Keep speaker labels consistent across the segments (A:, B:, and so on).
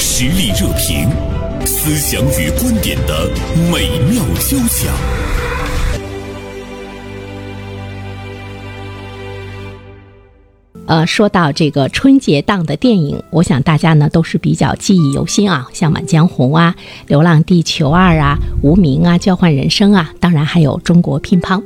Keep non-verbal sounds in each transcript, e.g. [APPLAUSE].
A: 实力热评，思想与观点的美妙交响。
B: 呃，说到这个春节档的电影，我想大家呢都是比较记忆犹新啊，像《满江红》啊，《流浪地球二》啊，《无名》啊，《交换人生》啊，当然还有《中国乒乓》。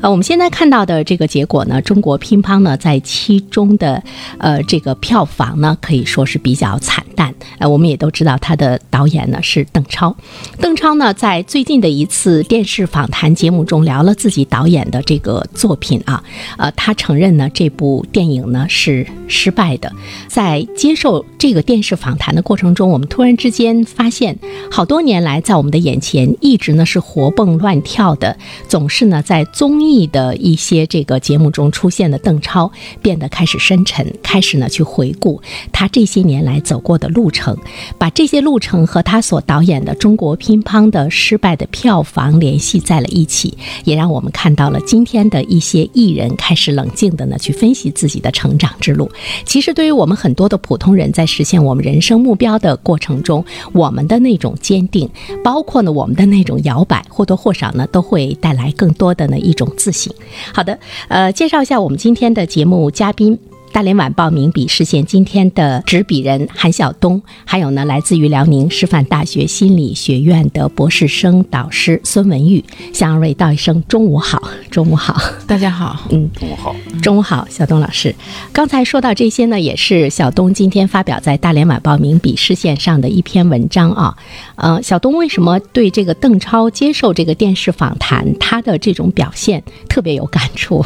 B: 呃，我们现在看到的这个结果呢，《中国乒乓呢》在其中的呃这个票房呢，可以说是比较惨淡。呃，我们也都知道它的导演呢是邓超，邓超呢在最近的一次电视访谈节目中聊了自己导演的这个作品啊，呃，他承认呢这部电影呢。是失败的。在接受这个电视访谈的过程中，我们突然之间发现，好多年来在我们的眼前一直呢是活蹦乱跳的，总是呢在综艺的一些这个节目中出现的邓超，变得开始深沉，开始呢去回顾他这些年来走过的路程，把这些路程和他所导演的《中国乒乓》的失败的票房联系在了一起，也让我们看到了今天的一些艺人开始冷静的呢去分析自己的成。成长之路，其实对于我们很多的普通人，在实现我们人生目标的过程中，我们的那种坚定，包括呢我们的那种摇摆，或多或少呢都会带来更多的呢一种自省。好的，呃，介绍一下我们今天的节目嘉宾。大连晚报名笔视线今天的执笔人韩晓东，还有呢，来自于辽宁师范大学心理学院的博士生导师孙文玉，向二位道一声中午好，中午好，
C: 大家好，
B: 嗯，
A: 中午好，
B: 中午好，晓东老师。刚才说到这些呢，也是晓东今天发表在大连晚报名笔视线上的一篇文章啊。呃，晓东为什么对这个邓超接受这个电视访谈他的这种表现特别有感触？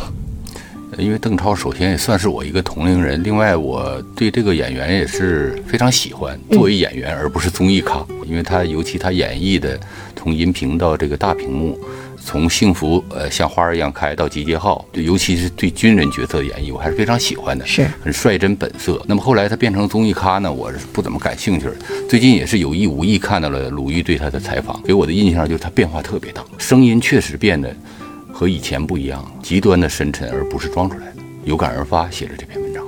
D: 因为邓超首先也算是我一个同龄人，另外我对这个演员也是非常喜欢，作为演员而不是综艺咖，因为他尤其他演绎的从银屏到这个大屏幕，从幸福呃像花儿一样开到集结号，对，尤其是对军人角色的演绎，我还是非常喜欢的，
B: 是
D: 很率真本色。那么后来他变成综艺咖呢，我是不怎么感兴趣的。最近也是有意无意看到了鲁豫对他的采访，给我的印象就是他变化特别大，声音确实变得。和以前不一样，极端的深沉，而不是装出来的。有感而发，写了这篇文章。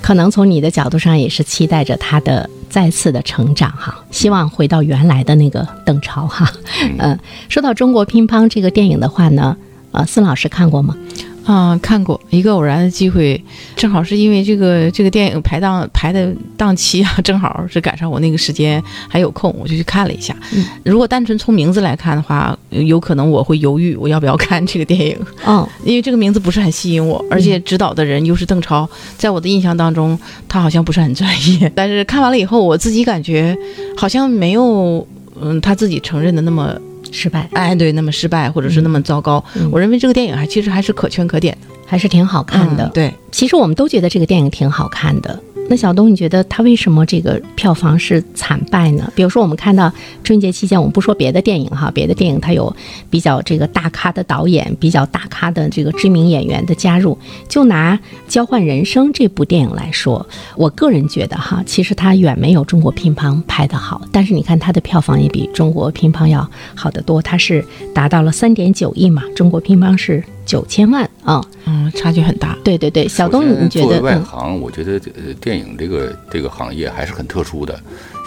B: 可能从你的角度上，也是期待着他的再次的成长哈，希望回到原来的那个邓超哈。嗯、呃，说到中国乒乓这个电影的话呢，呃，孙老师看过吗？
C: 啊、嗯，看过一个偶然的机会，正好是因为这个这个电影排档排的档期啊， [LAUGHS] 正好是赶上我那个时间还有空，我就去看了一下。嗯、如果单纯从名字来看的话，有可能我会犹豫我要不要看这个电影。 [LAUGHS]
B: 嗯、哦，
C: 因为这个名字不是很吸引我，而且指导的人又是邓超，在我的印象当中，他好像不是很专业。 [LAUGHS] 但是看完了以后，我自己感觉好像没有嗯他自己承认的那么。
B: 嗯失败，
C: 哎，对，那么失败，或者是那么糟糕，嗯、我认为这个电影还其实还是可圈可点的，
B: 还是挺好看的。
C: 嗯、对，
B: 其实我们都觉得这个电影挺好看的。那小东，你觉得它为什么这个票房是惨败呢？比如说，我们看到春节期间，我们不说别的电影哈，别的电影它有比较这个大咖的导演、比较大咖的这个知名演员的加入。就拿《交换人生》这部电影来说，我个人觉得哈，其实它远没有《中国乒乓》拍得好，但是你看它的票房也比《中国乒乓》要好得多，它是达到了三点九亿嘛，《中国乒乓》是。九千万啊，
C: 嗯，差距很大。
B: 对对对，小东，你觉得？嗯
D: 作为外行，我觉得呃，电影这个这个行业还是很特殊的，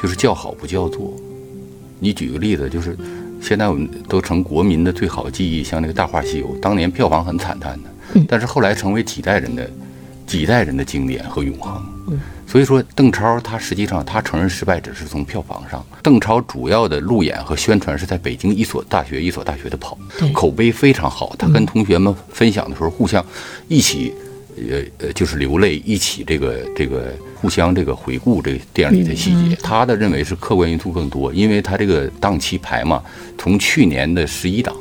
D: 就是叫好不叫座。你举个例子，就是现在我们都成国民的最好记忆，像那个《大话西游》，当年票房很惨淡的，
B: 嗯
D: 但是后来成为几代人的几代人的经典和永恒。嗯，所以说邓超他实际上他承认失败，只是从票房上。邓超主要的路演和宣传是在北京一所大学一所大学的跑，口碑非常好。他跟同学们分享的时候，互相一起，呃呃，就是流泪，一起这个这个互相这个回顾这个电影里的细节。他的认为是客观因素更多，因为他这个档期排嘛，从去年的十一档。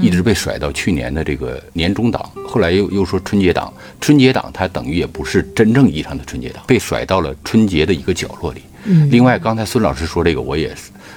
D: 一直被甩到去年的这个年终档，后来又又说春节档，春节档它等于也不是真正意义上的春节档，被甩到了春节的一个角落里。
B: 嗯
D: 另外，刚才孙老师说这个，我也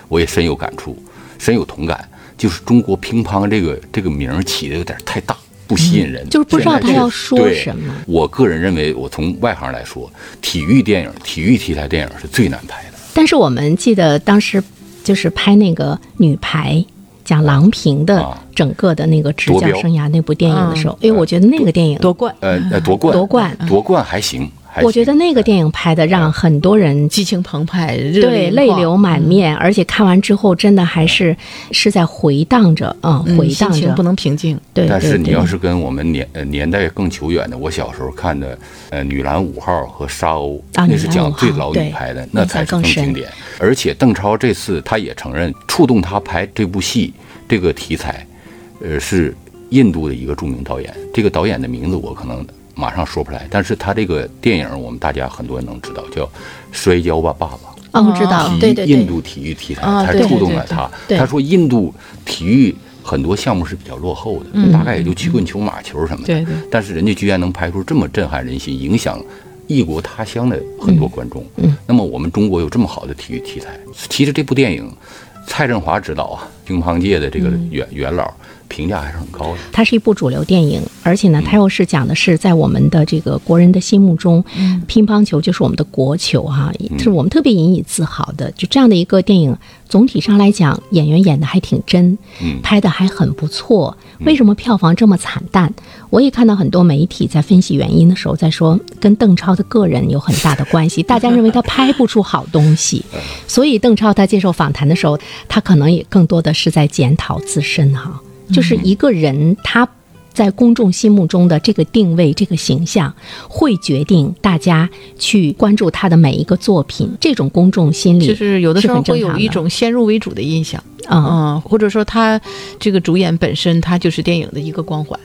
D: 我也深有感触，深有同感，就是中国乒乓这个这个名儿起的有点太大，不吸引人，嗯、
B: 就是不知道他要说什么。
D: 我个人认为，我从外行来说，体育电影、体育题材电影是最难拍的。
B: 但是我们记得当时就是拍那个女排。讲郎平的
D: 啊
B: 整个的那个执
C: 嗯
B: 教生涯那部电影的时候，哎，我觉得那个电影
C: 夺冠，
D: 呃，夺冠，
B: 夺冠，
D: 夺冠还行，嗯还
B: 我觉得
D: 行
B: 那个电影拍的让很多人
C: 激情澎湃，热
B: 对
C: 泪
B: 泪
C: 盈眶
B: 流满
C: 嗯
B: 面，而且看完之后真的
D: 嗯
B: 还是是在回荡着啊，
C: 嗯
B: 回荡
C: 心情
B: 着
C: 不。能平静。
B: 对，
D: 但是
B: 对
D: 你
B: 对
D: 要是跟我们年呃年代更久远的，我小时候看的，呃，女篮五号和沙鸥，
B: 啊
D: 那是
B: 女篮五
D: 讲
B: 号
D: 最老
B: 对
D: 女排的，那
B: 印象
D: 才是
B: 更
D: 更
B: 深
D: 经典。而且邓超这次他也承认，触动他拍这部戏这个题材，呃，是印度的一个著名导演。这个导演的名字我可能马上说不出来，但是他这个电影我们大家很多人能知道，叫《摔跤吧，爸爸》。
B: 哦，我知道
D: 体，
C: 嗯
D: 育
B: 对对对，
D: 印度体育题材
C: 啊
D: 才
C: 对
D: 触
C: 对
D: 动
C: 对
D: 了
C: 对
D: 他。
B: 对
D: 他说印度体育很多项目是比较落后的，大概也就曲棍球、马球什么的。
C: 嗯对对
D: 但是人家居然能拍出这么震撼人心、影响异国他乡的很多观众。
C: 嗯
D: 那么我们中国有这么好的体育题材，其实这部电影，蔡振华执导啊，乒乓界的这个
C: 嗯
D: 元元老评价还是很高的。
B: 它是一部主流电影，而且呢，它又是讲的是在我们的这个国人的心目中，乒乓球就是我们的国球哈、是我们特别引以自豪的。就这样的一个电影，总体上来讲，演员演的还挺真，
D: 嗯
B: 拍的还很不错。为什么票房这么惨淡？我也看到很多媒体在分析原因的时候，在说跟邓超的个人有很大的关系。大家认为他拍不出好东西，所以邓超他接受访谈的时候，他可能也更多的是在检讨自身哈、就是一个人他在公众心目中的这个定位、这个形象，会决定大家去关注他的每一个作品。这种公众心理
C: 就是有的时候
B: 是很
C: 会
B: 正常
C: 有
B: 的
C: 一种先入为主的印象，
B: 啊、
C: 嗯，或者说他这个主演本身，他就是电影的一个光环。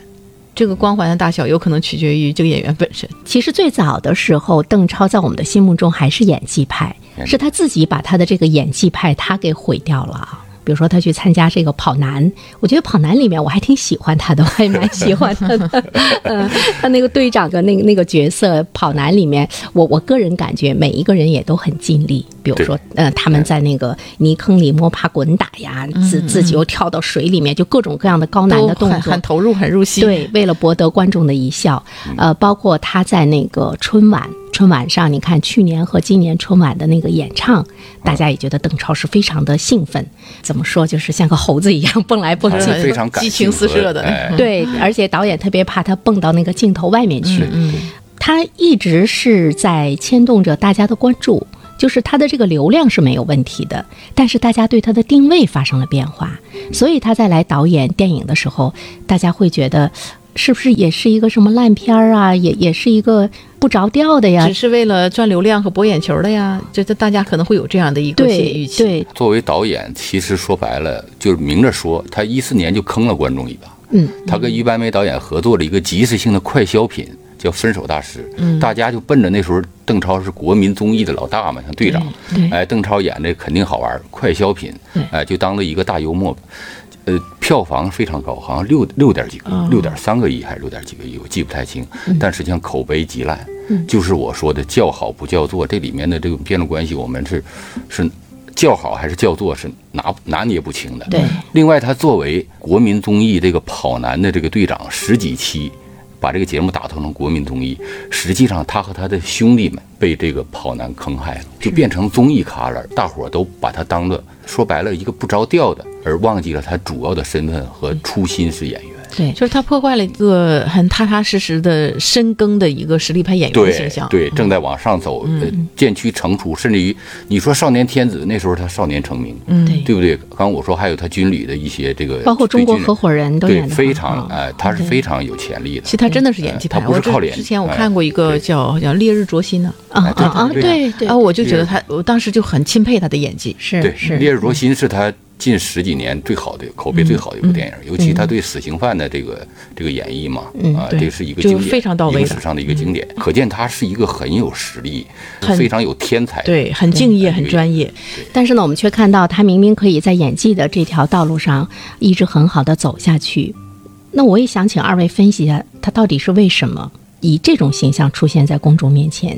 C: 这个光环的大小有可能取决于这个演员本身。
B: 其实最早的时候，邓超在我们的心目中还是演技派，
D: 演技
B: 是他自己把他的这个演技派他给毁掉了啊。比如说他去参加这个跑男，我觉得跑男里面我还挺喜欢他的，我还蛮喜欢他
D: [LAUGHS]
B: 的。嗯，他那个队长的那个那个角色，跑男里面，我我个人感觉每一个人也都很尽力。比如说，呃，他们在那个泥坑里摸爬滚打呀，自自己又跳到水里面，就各种各样的高难
C: 嗯都
B: 的动
C: 很
B: 作
C: 很，投入，很入戏。，
B: 对，为了博得观众的一笑，呃，包括他在那个春晚，春晚上，你看去年和今年春晚的那个演唱，大家也觉得邓超是非常的兴奋，怎么说，就是像个猴子一样蹦来蹦
D: 还
B: 去
D: 是。非常感
C: 嗯 [LAUGHS] 激
D: 性
C: 情四
D: 和
C: 射的嗯
D: 哎
B: 对，而且导演特别怕他蹦到那个镜头外面去，
D: 嗯，
B: 他一直是在牵动着大家的关注，就是他的这个流量是没有问题的，但是大家对他的定位发生了变化，所以他在来导演电影的时候，大家会觉得是不是也是一个什么烂片儿啊，也也是一个不着调的呀
C: 只，是为了赚流量和博眼球的呀，这这大家可能会有这样的一个心理
B: 对
C: 预期。
B: 对，
D: 作为导演，其实说白了就是明着说，他一四年就坑了观众一把。
B: 嗯，
D: 他跟于白梅导演合作了一个即时性的快消品，叫《分手大师》。嗯，大家就奔着那时候邓超是国民综艺的老大嘛，像队长。
B: 嗯对
D: 哎，邓超演这肯定好玩，快消品。哎，就当了一个大幽默。呃，票房非常高，好像六六点几个亿，六点三个亿还是六点几个亿，我记不太清。但实际上口碑极烂，就是我说的叫好不叫座，这里面的这种辩论关系，我们是是叫好还是叫座是拿拿捏不清的。
B: 对，
D: 另外，他作为国民综艺这个跑男的这个队长，十几期把这个节目打造成国民综艺，实际上他和他的兄弟们被这个跑男坑害了，就变成综艺咖了。大伙儿都把他当做说白了一个不着调的，而忘记了他主要的身份和初心是演员。
B: 对，
C: 就是他破坏了一个很踏踏实实的深耕的一个实力派演员的形象。嗯
D: 对，正在往上走，呃，渐趋成熟，甚至于你说少年天子那时候他少年成名，
C: 嗯
B: 对
D: 对不对？刚刚我说还有他军旅的一些这个，
B: 包括中国合伙人都
D: 对，
B: 演的
D: 非常
B: 哎、
D: 哎，他是非常有潜力的
C: 嗯其。实他真的是演技派，
D: 嗯他不是
C: 我这
D: 靠脸
C: 之前我
D: 哎
C: 看过一个
D: 对
C: 叫好像《烈日灼心》呢，
B: 啊
D: 哎
B: 啊
D: 对
B: 啊，
D: 对
B: 对对
C: 啊，我就觉得他，我当时就很钦佩他的演技。
B: 是
D: 对，
B: 是，
D: 烈日灼心》是他近十几年最好的口
C: 嗯
D: 碑最好的一部电影，尤其他对死刑犯的这个这个演绎嘛，啊，
C: 嗯对
D: 这是一个
C: 就
D: 经典，
C: 非常到位的嗯
D: 影史上的一个经典，可见他是一个很有实力、非常有天才的。
C: 对，很敬
D: 哎
C: 业，很专业。
B: 但是呢，我们却看到他明明可以在演技的这条道路上一直很好的走下去。那我也想请二位分析一下，他到底是为什么以这种形象出现在公众面前？